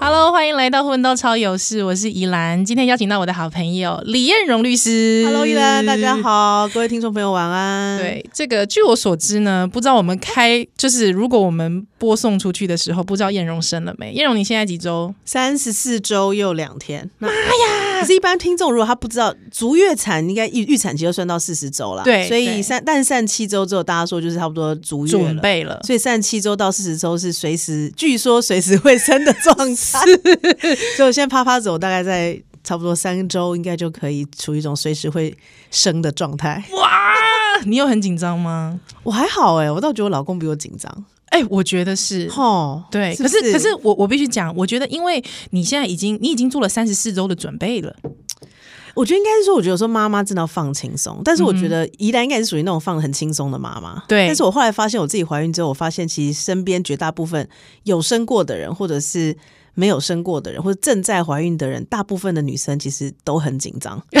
Hello，欢迎来到混到超有事，我是宜兰。今天邀请到我的好朋友李彦荣律师。 Hello，依兰，大家。好，各位听众朋友，晚安。，对，这个据我所知呢，不知道我们开就是如果我们播送出去的时候，不知道燕荣生了没？燕荣，你现在几周？三十四周又两天，妈呀！可是，一般听众如果他不知道，足月产应该预预产期就算到四十周了，对所对以三但是三十七周之后，大家说就是差不多足月准了。备了，所以三十七周到四十周是随时，据说随时会生的状态。所以我现在啪啪走，大概在差不多三周，应该就可以处于一种随时会生的状态。啊你有很紧张吗？我还好哎、我倒觉得我老公比我紧张。哎、我觉得是。吼，对，不可是可是我我必须讲，我觉得因为你现在已经你已经做了三十四周的准备了，我觉得应该是说，我觉得有时候妈妈真的要放轻松，但是我觉得宜兰应该是属于那种放得很轻松的妈妈。对但是我后来发现，我自己怀孕之后，我发现其实身边绝大部分有生过的人，或者是没有生过的人，或者正在怀孕的人，大部分的女生其实都很紧张。所以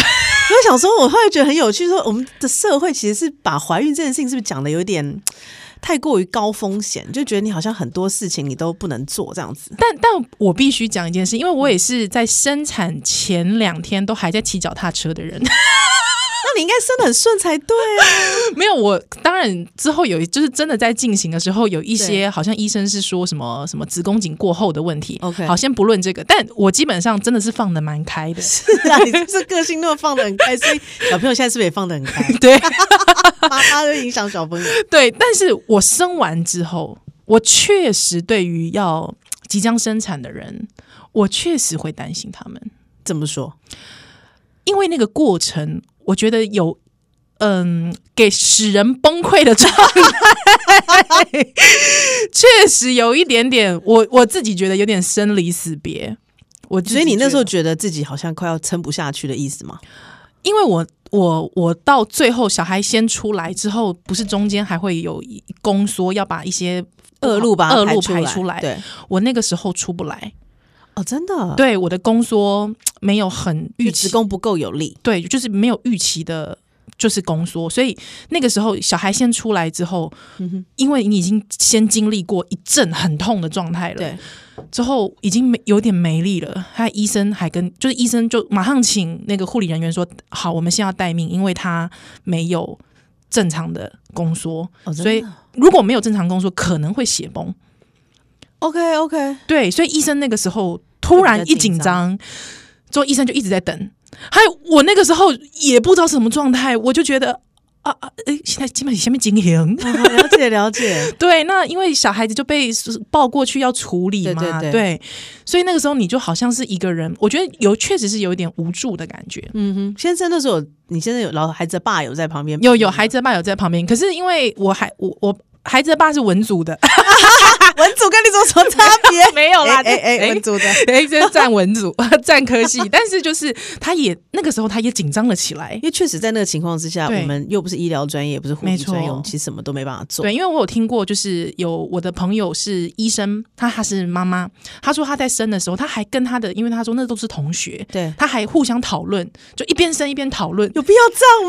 我想说，我后来觉得很有趣，说我们的社会其实是把怀孕这件事情是不是讲的有一点太过于高风险，就觉得你好像很多事情你都不能做这样子。但但我必须讲一件事，因为我也是在生产前两天都还在骑脚踏车的人， 那你应该生的很顺才对啊。没有我当然之后有就是真的在进行的时候有一些对好像医生是说什么什么子宫颈过后的问题 OK 好先不论这个，但我基本上真的是放的蛮开的，是 啊，你是不是个性那么放得很开，所以小朋友现在是不是也放得很开？对 妈妈会影响小朋友。对，但是我生完之后，我确实对于要即将生产的人，我确实会担心他们。怎么说？因为那个过程，我觉得有嗯，给使人崩溃的状态， 确实有一点点，我我自己觉得有点生离死别。我自己所以你那时候觉得，觉得自己好像快要撑不下去的意思吗？因为我我我到最后小孩先出来之后，不是中间还会有一宫缩，要把一些恶露吧，恶露排排出来。对，我那个时候出不来，哦，真的，，对我的宫缩没有很预就期子，宫不够有力。对，就是没有预期的，就是宫缩，所以那个时候小孩先出来之后，嗯因为你已经先经历过一阵很痛的状态了，对，之后已经没有点没力了，他医生还跟就是医生就马上请那个护理人员说，好，我们先要待命，因为他没有正常的宫缩，哦真的所以如果没有正常宫缩，可能会血崩。 OK OK，对，所以医生那个时候突然一紧张，之后医生就一直在等。还有我那个时候也不知道什么状态，我就觉得啊啊，哎、现在基本下面经营。了解 了解。对，那因为小孩子就被抱过去要处理嘛，对对对所以那个时候你就好像是一个人，我觉得有确实是有一点无助的感觉。嗯哼，先生那时候有，你现在有老孩子的爸有在旁边，有有孩子的爸有在旁边，可是因为我还我我孩子的爸是文组的，？文组跟你有什么差别 没有啦，哎哎哎， 哎文组的，哎，这是站文 组、站科系，但是就是他也那个时候他也紧张了起来因。为确实在那个情况之下，对我们又不是医疗专业，也不是护理没错专业，我们其实什么都没办法做。对，因为我有听过，就是有我的朋友是医生，他他是妈妈，他说他在生的时候，他还跟他的，因为他说那都是同学，对他还互相讨论，就一边生一边讨论。有必要 这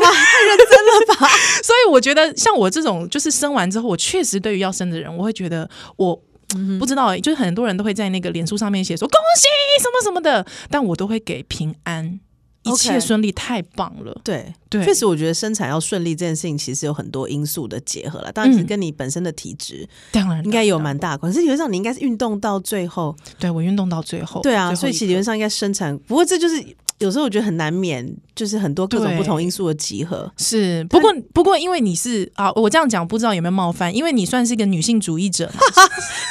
样吗？太认真了吧！所以我觉得像我这种，就是生完之后，我确实对于要生的人，我会觉得我。嗯不知道、欸，就是很多人都会在那个脸书上面写说恭喜什么什么的，但我都会给平安，一切 OK 顺利，太棒了。对对确实，我觉得生产要顺利这件事情，其实有很多因素的结合了。当然是嗯跟你本身的体质当然应该有当然蛮大的关系。可是理论上你应该是运动到最后，对我运动到最后，对啊，哦最后所一以其实理论刻上应该生产。不过这就是有时候我觉得很难免，就是很多各种对不同因素的集合。是，不过不过，因为你是啊，我这样讲不知道有没有冒犯，因为你算是一个女性主义者 嘛，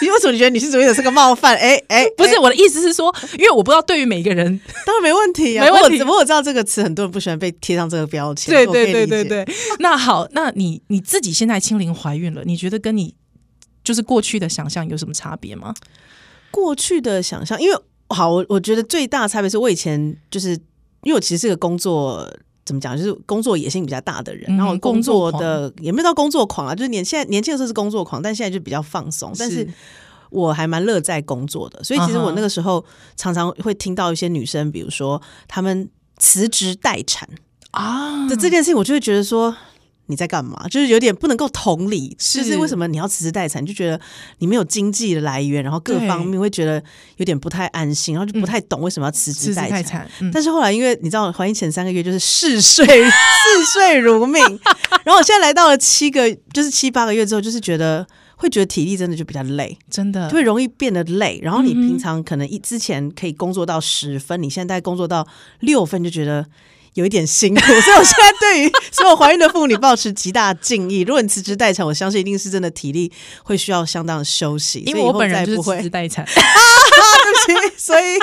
你为什么你觉得女性主义者是个冒 犯？哎哎，不是我的意思是说，因为我不知道对于每个人，当然没问题啊。没不过我问题只不过我知道这个词很多人不喜欢被贴上这个标签，对我可以对对理解对。对。那好，那你你自己现在亲临怀孕了，你觉得跟你就是过去的想象有什么差别吗？过去的想象，因为好，我我觉得最大的差别是我以前就是因为我其实是个工作怎么讲，就是工作野心比较大的人，嗯然后工作工的也没有到工作狂啊，就是年现在年轻的时候是工作狂，但现在就比较放松，但是。啊我还蛮乐在工作的，所以其实嗯哼我那个时候常常会听到一些女生，比如说她们辞职待产啊，的这件事情，我就会觉得说你在干嘛，就是有点不能够同理，是就是为什么你要辞职待产，就觉得你没有经济的来源，然后各对方面会觉得有点不太安心，然后就不太懂为什么要嗯辞辞职职待太产。惨，嗯，但是后来，因为你知道，怀孕前三个月就是嗜睡，嗜睡如命。 然后我现在来到了七个，就是七八个月之后，就是觉得会觉得体力真的就比较累，真的就会容易变得累。然后嗯你嗯哼平常可能一之前可以工作到十分，你现在工作到六分，就觉得。有一点辛苦，所以我现在对于所有怀孕的妇女抱持极大的敬意。如果你辞职待产，我相信一定是真的体力会需要相当的休息。因所为以以我后本人再就是不会辞职待产， 对不起，所以，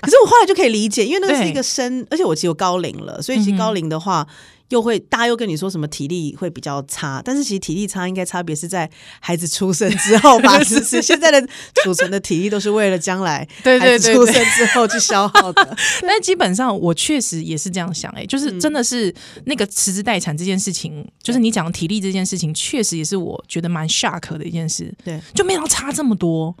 可是我后来就可以理解，因为那个是对一个生，而且我其实有高龄了，所以嗯其实哼高龄的话，又会大家又跟你说什么体力会比较差，但是其实体力差应该差别是在孩子出生之后吧？是不是？现在的储存的体力都是为了将来对对孩子对出对生之后去消耗的。 但基本上我确实也是这样想、欸，嗯就是真的是那个辞职待产这件事情，就是你讲体力这件事情，确实也是我觉得蛮 shock 的一件事，对，就没想到差这么多，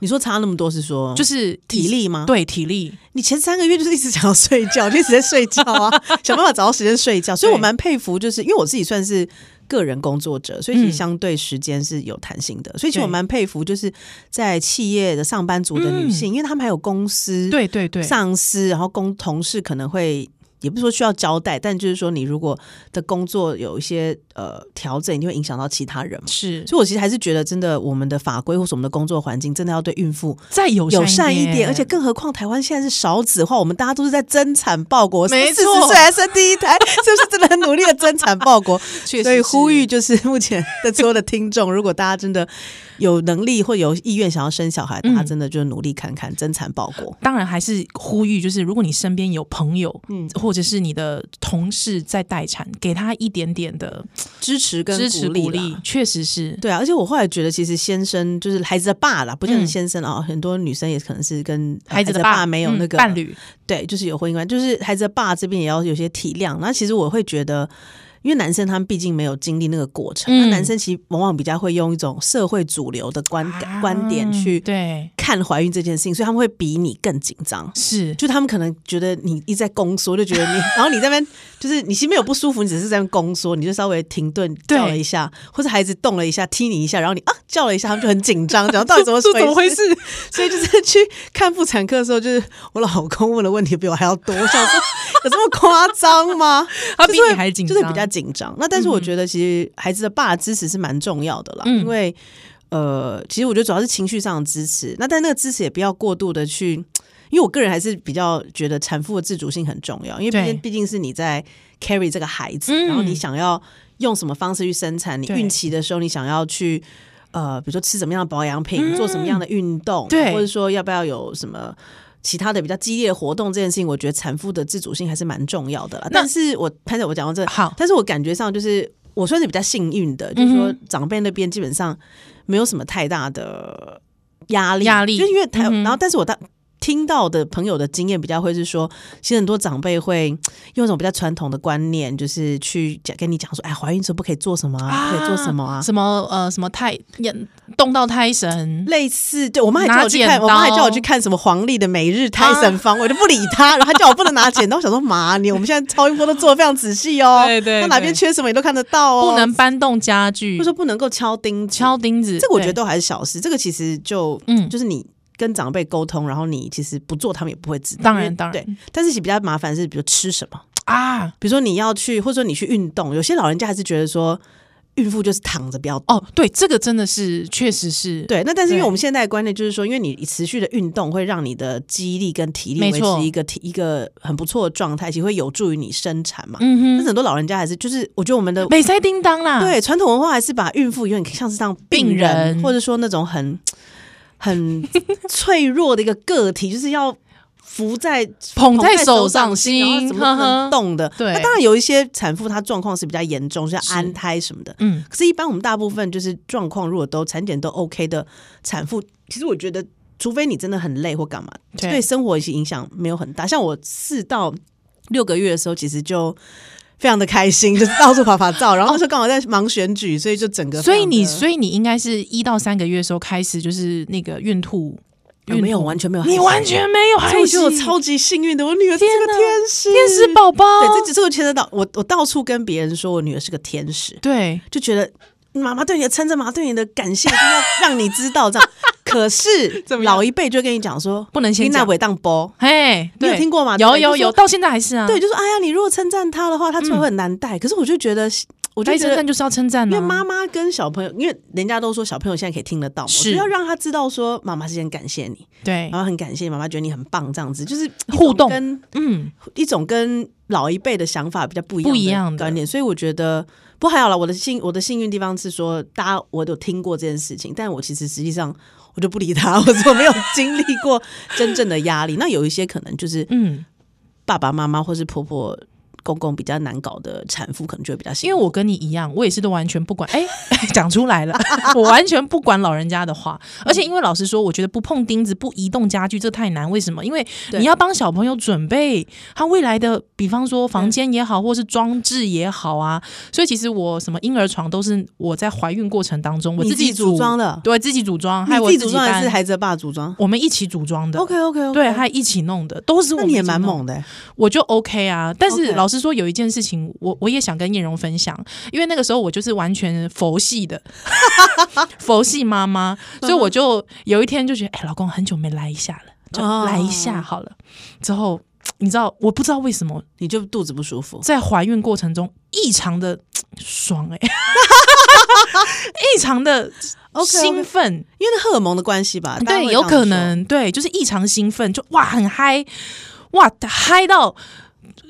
你说差那么多是说，就是是体力吗？，对体力，你前三个月就是一直想要睡觉， 就一直在睡觉 啊，想办法找到时间睡觉。所以我蛮佩服，就是因为我自己算是个人工作者，所以其实嗯相对时间是有弹性的。所以其实对我蛮佩服，就是在企业的上班族的女性，因为她们还有公司、嗯对对对，上司，然后公同事可能会。也不是说需要交代，但就是说你如果的工作有一些呃调整，一定会影响到其他人嘛。是所以我其实还是觉得，真的我们的法规或是我们的工作环境，真的要对孕妇再友友善善一点，而且更何况台湾现在是少子化，我们大家都是在增产报国，没四错十岁还生第一胎，是不是真的很努力的增产报国？ 确实所以呼吁是就是目前的所有的听众，如果大家真的有能力或有意愿想要生小孩，大家嗯真的就努力看看增产报国。当然还是呼吁，就是如果你身边有朋友，嗯或者是你的同事在待产，给他一点点的支持跟支持鼓鼓啦励，确实是对啊，而且我后来觉得，其实先生就是孩子的爸啦，不见得嗯先生啊、很多女生也可能是跟呃孩子的爸没有嗯那个、伴侣，对，就是有婚姻观，就是孩子的爸这边也要有些体谅。那其实我会觉得，因为男生他们毕竟没有经历那个过程，那嗯男生其实往往比较会用一种社会主流的观感、观点啊去对看怀孕这件事情，所以他们会比你更紧张。是就他们可能觉得你一直在宫缩，就觉 得你，然后你在那边就是你心里面有不舒服，你只是在那边宫缩，你就稍微停顿对叫了一下，或者孩子动了一下踢你一下，然后你啊叫了一下，他们就很紧张，然后 到底怎么这怎么回事？所以就是去看妇产科的时候，就是我老公问的问题比我还要多，我想说有这么夸张吗？他就比是你还紧张，就是比较紧张。那但是我觉得其实孩子的爸的支持是蛮重要的啦，嗯因为呃，其实我觉得主要是情绪上的支持。那但那个支持也不要过度的去，因为我个人还是比较觉得产妇的自主性很重要，因为毕对竟毕竟是你在 carry 这个孩子，嗯然后你想要用什么方式去生产，你对孕期的时候你想要去。呃，比如说吃什么样的保养品，嗯做什么样的运动，对或者说要不要有什么其他的比较激烈的活动，这件事情，我觉得产妇的自主性还是蛮重要的啦。那但是我潘姐，我讲到这，好但是我感觉上就是我算是比较幸运的，就是说嗯长辈那边基本上没有什么太大的压力，压力就是因为台，嗯哼然后但是我当。听到的朋友的经验比较会是说，其实很多长辈会嗯用一种比较传统的观念，就是去讲跟你讲说，哎，怀孕时候不可以做什么啊，不可以做什么啊，什么呃什么胎眼动到胎神，类似，对我妈还拿叫我去看，剪刀啊我妈还叫我去看什么黄历的每日胎神方， 我就不理她，然后她叫我不能拿剪刀，我想说妈，你我们现在超音波都做的非常仔细哦， 对对她哪边对缺什么你都看得到哦，不能搬动家具或者，说不能够敲钉子，敲钉子，这个我觉得对都还是小事，这个其实就嗯，嗯就是你。跟长辈沟通，然后你其实不做，他们也不会知道。当然因为当然对。但是其实比较麻烦的是，比如吃什么，啊。比如说你要去，或者说你去运动，有些老人家还是觉得说，孕妇就是躺着不要动哦，对，这个真的是，确实是，对，那但是因为对我们现在的观念就是说，因为你持续的运动会让你的肌力跟体力没维错持一个体一个很不错的状态，其实会有助于你生产嘛。但嗯是哼，很多老人家还是就是，我觉得我们的美塞叮当啦，对传统文化还是把孕妇有点像是当病病人，人或者说那种很 很脆弱的一个个体，就是要。扶在捧在在手上掌心，然后心怎么可呵能呵动的？对那当然有一些产妇她状况是比较严重，像是安胎什么的。嗯，可是，一般我们大部分就是状况，如果都产检都 OK 的产妇，其实我觉得，除非你真的很累或干嘛，对对生活一些影响没有很大。像我四到六个月的时候，其实就非常的开心， 就是到处爬爬照。然后那时候刚好在忙选举，所以就整个所以你，以所以你应该是一到三个月的时候开始，就是那个孕吐，孕吐哦没有完全没有，你完全。没有害所以喜，哎我觉得我超级幸运的，我女儿是天个哪天使，天使宝宝，对，这这个牵扯到我，我到处跟别人说我女儿是个天使，对就觉得妈妈对你的称赞，妈妈对你的感谢，一定要让你知道 这样。可是怎么样老一辈就跟你讲说，不能先那讲伟当波，嘿，你有对听过吗有对就有是有，说到现在还是啊。对，就说哎呀，你如果称赞她的话，她就会很难嗯带。可是我就觉得，我就该觉称得赞。就是要称赞因啊，为妈妈跟小朋友，因为人家都说小朋友现在可以听得到嘛，我是就要让他知道说妈妈是很感谢你，对然，后很感谢妈妈，觉得你很棒，这样子就是一种互动跟嗯，一种跟老一辈的想法比较不一不一样的的观念，所以我觉得不过还好啦。我的幸我的幸运地方是说，大家我有听过这件事情，但我其实实际上我就不理他，我说我没有经历过真正的压力。那有一些可能就是嗯，爸爸妈妈或是婆婆公公比较难搞的产妇，可能就会比较辛因为苦。我跟你一样，我也是都完全不管， 哎、讲出来了，我完全不管老人家的话，嗯而且因为老实说，我觉得不碰钉子、不移动家具这太难，为什么？因为对你要帮小朋友准备他未来的，比方说房间也好，或是装置也好啊，所以其实我什么婴儿床都是我在怀孕过程当中我你自己组组装的对自己组装，还有你我自己组装还搬是孩子的爸组装我们一起组装的。 ？OK OK OK，对，还一起弄的，都是我那们你也一起蛮弄的猛的欸、我就 OK 啊，但是 OK 老实说，有一件事情我我也想跟燕荣分享，因为那个时候我就是完全佛系的， 佛系妈嗯妈，所以我就有一天就觉得，哎、老公很久没来一下了，就哦来一下好了。之后你知道，我不知道为什么你就肚子不舒服。在怀孕过程中异常的爽 哎、异常的 OK，OK 兴奋因为那荷尔蒙的关系吧，大家会对，这有样说可能，对，就是异常兴奋，就哇很嗨，哇嗨到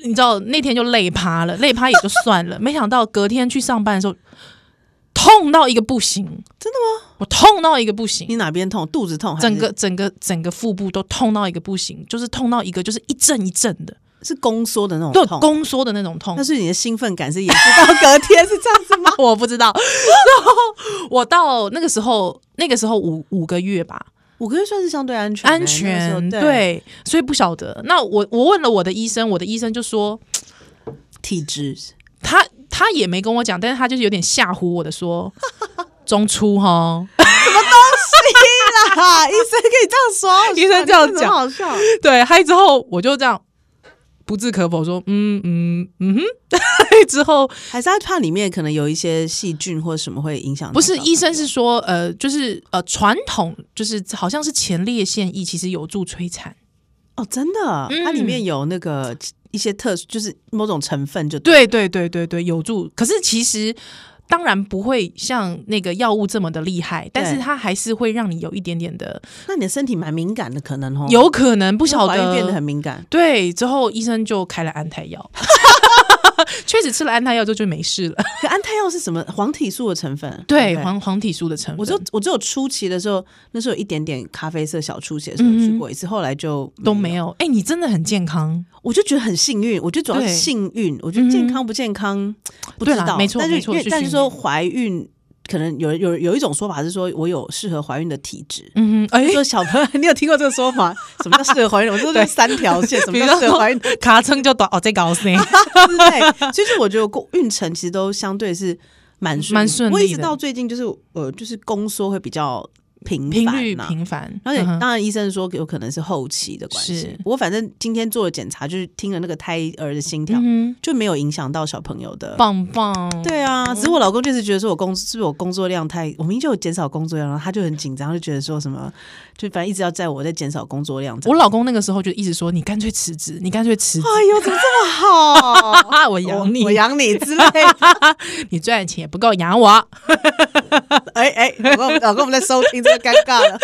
你知道那天就累趴了，累趴也就算了，没想到隔天去上班的时候痛到一个不行，真的吗？我痛到一个不行你。哪边痛？肚子痛还是？整个整个整个腹部都痛到一个不行，就是痛到一个就是一阵一阵的，是宫缩的那种都有哦痛，宫缩的那种痛那。是你的兴奋感是延续到隔天 是这样子吗？ 我不知道，然后我到那个时候，那个时候五五个月吧，五个月算是相对安全欸、安那时候全对对，所以不晓得。那我我问了我的医生，我的医生就说体质他他也没跟我讲，但是他就是有点吓唬我的说 中出哈，啊，医生可以这样说， 医生这样讲好笑。对，嗨之后我就这样不置可否说嗯嗯嗯哼， 之后还是他怕里面可能有一些细菌或什么会影响到？不是医生是说呃就是呃传统就是好像是前列腺液其实有助催产。哦，真的，嗯它里面有那个一些特殊，就是某种成分就对对对对对，有助。可是其实当然不会像那个药物这么的厉害，但是对它还是会让你有一点点的，那你的身体蛮敏感的，可能哦，有可能不不晓怀得孕变得很敏感。对。之后医生就开了安胎药， 确实吃了安胎药之后就没事 了。可安胎药是什么？黄体素的成分？对，不黄黄体素的成分，我就我只有初期的时候，那时候有一点点咖啡色小出血的时候嗯哼去过一次，后来就都没。有。哎、你真的很健康，我就觉得很幸运，我觉得主要是对嗯幸运，我觉得健康不健康不知对道，啦没错但是没错因为是但是幸运说怀孕，可能有有有一种说法是说我有适合怀孕的体 质。嗯哼，哎、说小朋友， 你有听过这个说法？什么叫适合怀孕？我说这三条线，什么比叫如适合怀说 孕卡称就短哦，在搞谁？之类？其实我觉得过孕程其实都相对是蛮顺利蛮顺利的我一直到最近就是呃，就是宫缩会比较 频频繁率呐频繁，而且嗯哼当然，医生说有可能是后期的关系是。不过反正今天做的检查，就是听了那个胎儿的心跳，嗯就没有影响到小朋友的哼，。棒嗯棒，对啊，只是我老公就是觉得说我工是不是我工作量太，我明明就有减少工作量，然后他就很紧张，就觉得说什么，就反正一直要在我在减少工作量这我样。老公那个时候就一直说：“你干脆辞职，你干脆辞 职。哎呦，怎么这么好？啊，我 养你，我养你之类的。你赚的钱也不够养我，哎哎，老公老公我们在收听，这个尴尬 了。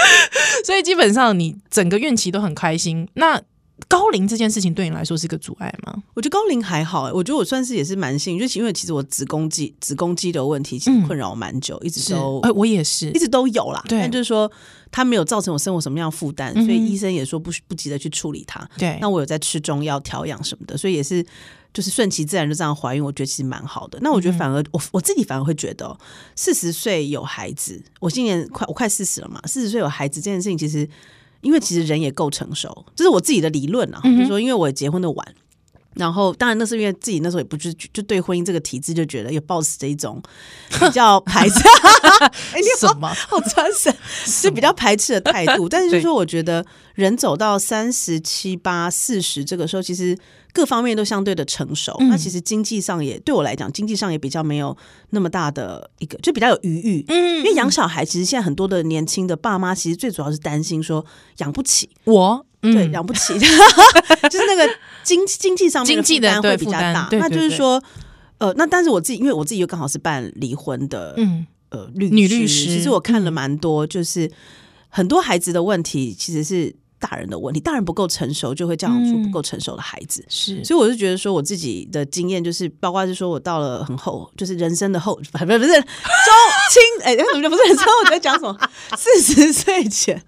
所以基本上你整个孕期都很开心。那高龄这件事情对你来说是个阻碍吗？我觉得高龄还好、欸，我觉得我算是也是蛮幸运，就是因为其实我子宫肌子宫肌瘤问题其实嗯困扰我蛮久，一直都哎、我也是一，直都有啦，对但就是说它没有造成我生活什么样的负担，嗯哼所以医生也说不不急着去处理它。对那，我有在吃中药调养什么的，所以也是就是顺其自然就这样怀孕，我觉得其实蛮好的。那我觉得反而、我我自己反而会觉得、哦，四十岁有孩子，我今年快我快四十了嘛，四十岁有孩子这件事情，其嗯实因为其实人也够成熟，这是我自己的理论啊，就是说因为我也结婚的晚。然后，当然那是因为自己那时候也不就就对婚姻这个体制就觉得也抱持着一种比较排斥， 哎，你好什 么好专神，是比较排斥的态 度。但是就是说，我觉得人走到三十七八、四十这个时候，其实各方面都相对的成熟。嗯那其实经济上也对我来讲，经济上也比较没有那么大的一个，就比较有余裕。嗯，因为养小孩，其实现在很多的年轻的爸妈，其实最主要是担心说养不起。我对，嗯，养不起， 就是那个经经济上面经济负的担对会比负较担大。对那对就是对说，呃，那但是我自己，因为我自己又刚好是办离婚的，嗯，呃，律女律师，师嗯其实我看了蛮多，就是很多孩子的问题其实是大人的问题，大人不够成熟就会教养出嗯不够成熟的孩子。是所以我就觉得说，我自己的经验就是，包括是说我到了很后， 就是人生的后，不是不是中青，哎、不是不是人生后，我在讲什 么？四十岁前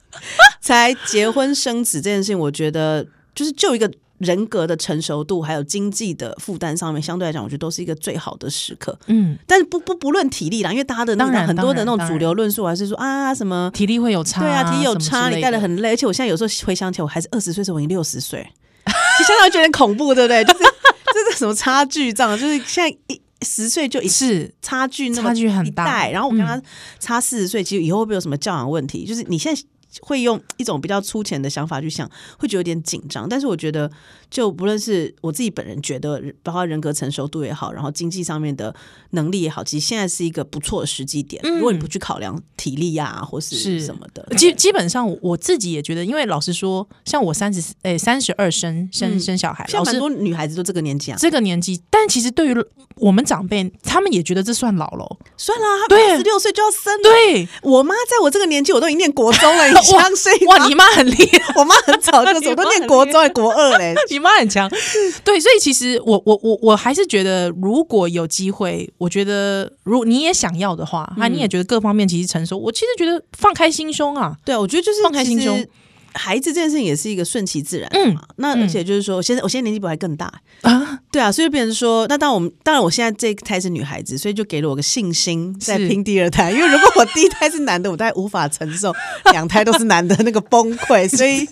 才结婚生子这件事情，我觉得就是就一个人格的成熟度，还有经济的负担上面，相对来讲，我觉得都是一个最好的时刻。嗯，但是不不不论体力啦，因为大家的那当然种很多的当然那种主流论述还是说啊什么。体力会有差，对啊，体力有什么差，之你类带的很累，而且我现在有时候回想起来，我还是二十岁的时候，我已经六十岁，就相当于觉得很恐怖，对不对？就是 这是什么差距？这样就是现在一十岁就一是差距那么差距很一大代然后我跟嗯他差四十岁，其实以后会不会有什么教养问题？就是你现在。会用一种比较粗浅的想法去想，会觉得有点紧张。但是我觉得，就不论是我自己本人觉得，包括人格成熟度也好，然后经济上面的能力也好，其实现在是一个不错的时机点。如果你不去考量体力呀、或嗯是是什么的，基基本上我自己也觉得，因为老实说，像我三十诶三十二生生嗯生小孩，像老蛮师多女孩子都这个年纪啊，这个年纪，但其实对于我们长辈，他们也觉得这算老了哦。算啊啦，对十六岁就要生了。，对，我妈在我这个年纪，我都已经念国中了，你相信吗 哇，你妈很厉 害，我妈很早就走，我都念国中、国二嘞。你妈很强。对，所以其实我我我我还是觉得，如果有机会，我觉得如果你也想要的话，啊，你嗯也觉得各方面其实成熟，我其实觉得放开心胸啊，对，我觉得就是放开心其实胸孩子这件事情也是一个顺其自然嗯嘛。那嗯而且就是说，我现在我现在年纪比我还更大，啊，对啊，所以就变成说，那当然我们当然我现在这胎是女孩子，所以就给了我个信心再拼第二胎。因为如果我第一胎是男的，我大概无法承 受两胎都是男的那个崩溃。所以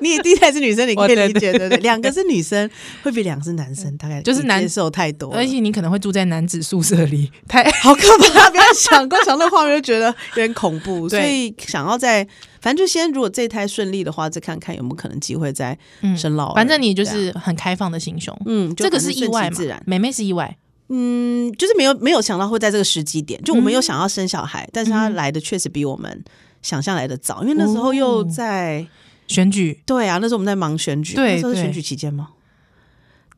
你也第一胎是女生，你可以我对理解对不对？两个是女生会比两个是男生，大概就是男呃接受太多了，而且你可能会住在男子宿舍里，太 好可怕！不要想光想那画面就觉得有点恐怖，所对以想要在反正就先，如果这一胎顺利的话，再看看有没有可能机会再嗯生老二、反正你就对啊是很开放的心胸，嗯，就这个反正是顺意其外嘛自然，妹妹是意外，嗯，就是没有没有想到会在这个时机点，就我们嗯有想要生小孩，但是他来的确实比我们想象来的早，因为那时候哦又在、选举对啊，那时候我们在忙选举，对那时候是对选举期间吗？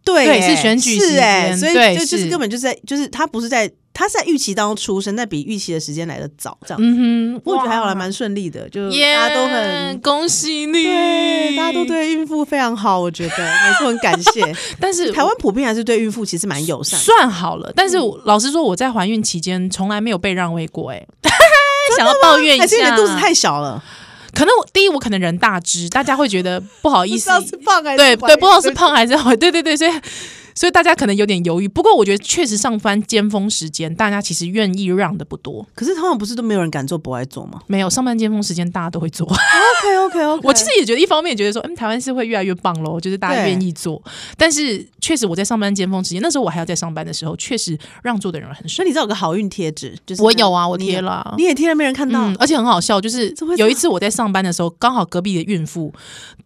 对对耶是选举期是哎，间所以对就就是是根本就是在就是他不是在他是在预期当中出生，但比预期的时间来的早，这样。嗯哼，不过我觉得还好，哇还蛮顺利的，就耶，嗯大家都很。恭喜你，对，大家都。对孕妇非常好，我 觉得每次很感谢。但是台湾嗯普遍还是对孕妇其实蛮友善的，算好了，但是我老实说，我在怀孕期间从来没有被让位过、 欸，哎，想要抱怨一下，还是你的肚子太小了，可能我第一我可能人大只，大家会觉得不好意不思，胖还对对，不知道是胖。胖还是好，对对对，所以所以大家可能有点犹豫。不过我觉得确实上班尖峰时间，大家其实愿意让的不多，可是通常不是都没有人敢做博爱做 吗啊没有上班尖峰时间大家都会做。 ？OK OK OK，我其实也觉得，一方面也觉得说，嗯，台湾是会越来越棒喽，就是大家对愿意做。但是确实我在上班尖峰时间，那时候我还要在上班的时候，确实让座的人很少所。以你知道有个好运贴纸，就是我那个有啊，我你贴有了啊，你也贴了，没人看到嗯，。而且很好笑，就是怎么会这样有一次我在上班的时候，刚好隔壁的孕妇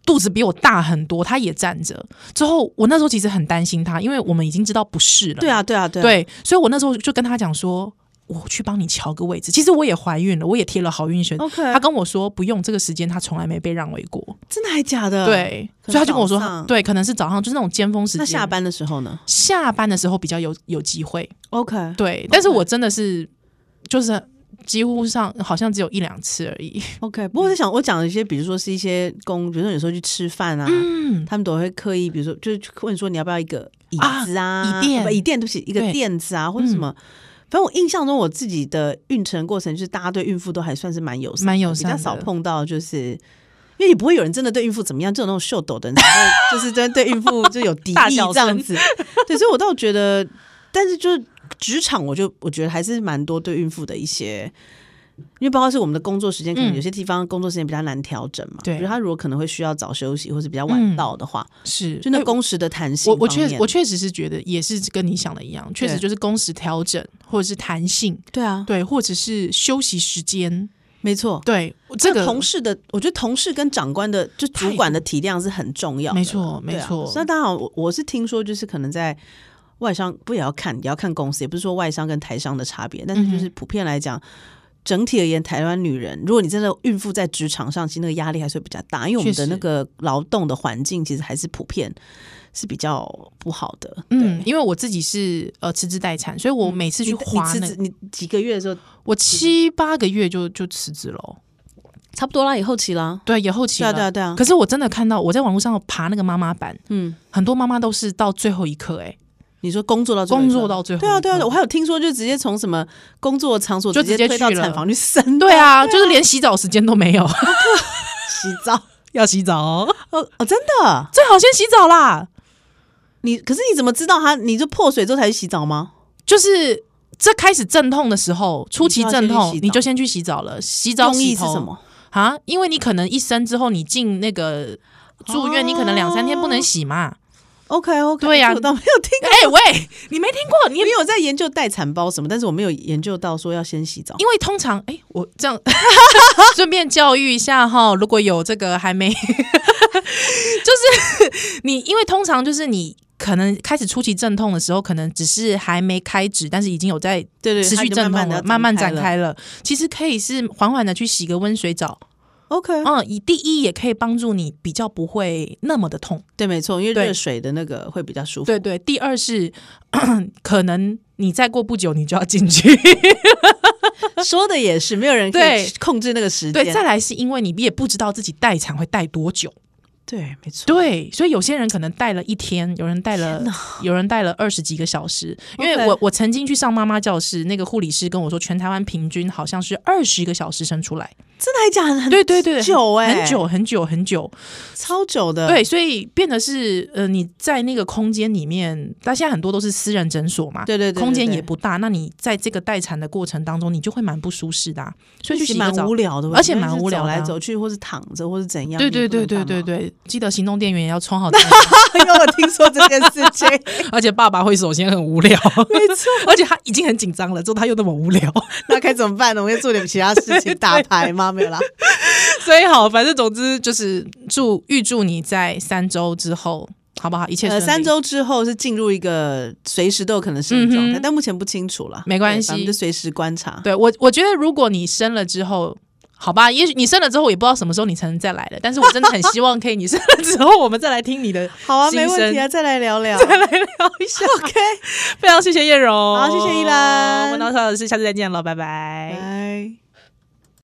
肚子比我大很多，她也站着。之后我那时候其实很担心她，因为我们已经知道不是了。对啊对啊对啊，对，所以我那时候就跟她讲说。我去帮你瞧个位置。其实我也怀孕了，我也贴了好运选。 OK 她跟我说不用，这个时间她从来没被让位过。真的还假的？，对，嗯可能所以她就跟我说早上，对，可能是早上，就是那种尖峰时那间。下班的时候呢下班的时候比较有有机会。 ？OK，对，但是我真的是就是几乎上好像只有一两次而已。 OK，不过我在想，我讲的一些，比如说是一些公，比如说有时候去吃饭啊，嗯，他们都会刻意，比如说就是问说你要不要一个椅子啊，啊椅垫不椅垫，对不起，一个对嗯垫子啊，或者什么。反正我印象中，我自己的孕程过程就是大家对孕妇都还算是蛮友善的，蛮友善的比较少碰到就是，因为也不会有人真的对孕妇怎么样，就有那种秀抖的人才会就是 真的对孕妇就有敌大意小声这样子。对，所以我倒觉得，但是就是职场，我就我觉得还是蛮多对孕妇的一些因为包括是我们的工作时间，可能嗯有些地方工作时间比较难调整嘛。对比如他如果可能会需要早休息，或是比较嗯晚到的话，是就那哎工时的弹性我方面，我确我确实是觉得也是跟你想的一样，确实就是工时调整或者是弹性，对啊，对，或者是休息时间，没错。对这个同事的，我觉得同事跟长官的，就主管的体谅是很重要的啦。没错对啊没错那当然，我我是听说，就是可能在外商不也要看，也要看公司，也不是说外商跟台商的差别，但嗯是就是普遍来讲。整体而言，台湾女人，如果你真的孕妇在职场上，其实那个压力还是会比较大，因为我们确的实那个劳动的环境其实还是普遍是比较不好的。嗯，因为我自己是呃辞职待产，所以我每次对，去划你那个嗯你辞职，你几个月的时候，我七八个月就就辞职了哦，差不多啦，也后期啦。对，也后期对啊，了对啊，对啊。可是我真的看到我在网络上爬那个妈妈版，嗯，很多妈妈都是到最后一刻、哎，你说工作到最后一工刻作到最后一对刻，啊，对啊，我还有听说，就直接从什么工作场所就直接推到去了产房去生，对啊，就是连洗澡时间都 没有，洗澡。 要洗澡，哦哦，真的？最好先洗澡啦。你可是你怎么知道他？你就破水之后才去洗澡吗？就是这开始阵痛的时候，初期阵痛你就要先去你就先去洗洗澡澡了，洗澡用洗意是头什么？啊？因为你可能一生之后你进那个住院，哦你可能两三天不能洗嘛。 ？OK OK，对啊我倒没有听 过。哎、喂，你没听过？你因为我在研究待产包什么，但是我没有研究到说要先洗澡。因为通常哎、我这样 顺便教育一下哈，如果有这个还没， 就是你，因为通常就是你。可能开始初期阵痛的时候，可能只是还没开指，但是已经有在对对，持续它就阵痛地了，要慢慢展了。开了。其实可以是缓缓的去洗个温水澡， OK，嗯，以第一也可以帮助你比较不会那么的痛。对，没错，因为对热水的那个会比较舒服。对对，第二是 可能你再过不久你就要进去， 说的也是，没有人可以对控制那个时间。对，再来是因为你也不知道自己待产会待多久，对，没错。对，所以有些人可能待了一天，有人待了，有人待了二十几个小时。因为 OK 我我曾经去上妈妈教室，那个护理师跟我说，全台湾平均好像是二十个小时生出来，真的还讲很对对对，很久哎，很久很久很久，超久的。对，所以变得是呃，你在那个空间里面，但现在很多都是私人诊所嘛，对对对对空间对也不大，那你在这个待产的过程当中，你就会蛮不舒适的、啊，所以去其实洗个蛮澡无。聊的，而且因为蛮是无聊走的啊来走去，或是躺着，或是怎样。对对你不对能对干对嘛， 对，记得行动电源也要充好电，因为我听说这件事情，而且爸爸会首先很无聊，没错， 而且他已经很紧张了，之后他又那么无聊， 那该怎么办呢？我们要做点其他事情，打牌吗？没 有啦。所以好，反正总之就是祝预祝你在三周之后，好不好？一切顺呃，利。三周之后是进入一个随时都有可能生的状嗯态哼，但目前不清楚了，没关系我们就随时观察。对我，我觉得如果你生了之后，好吧，也许你生了之后，我也不知道什么时候你才能再来了。但是我真的很希望可以，你生了之后，我们再来听你的。 好啊，没问题啊，再来 聊聊，再来聊一下。OK，非常谢谢叶柔，好谢谢依兰我们到此为止，下次再见了，拜拜拜。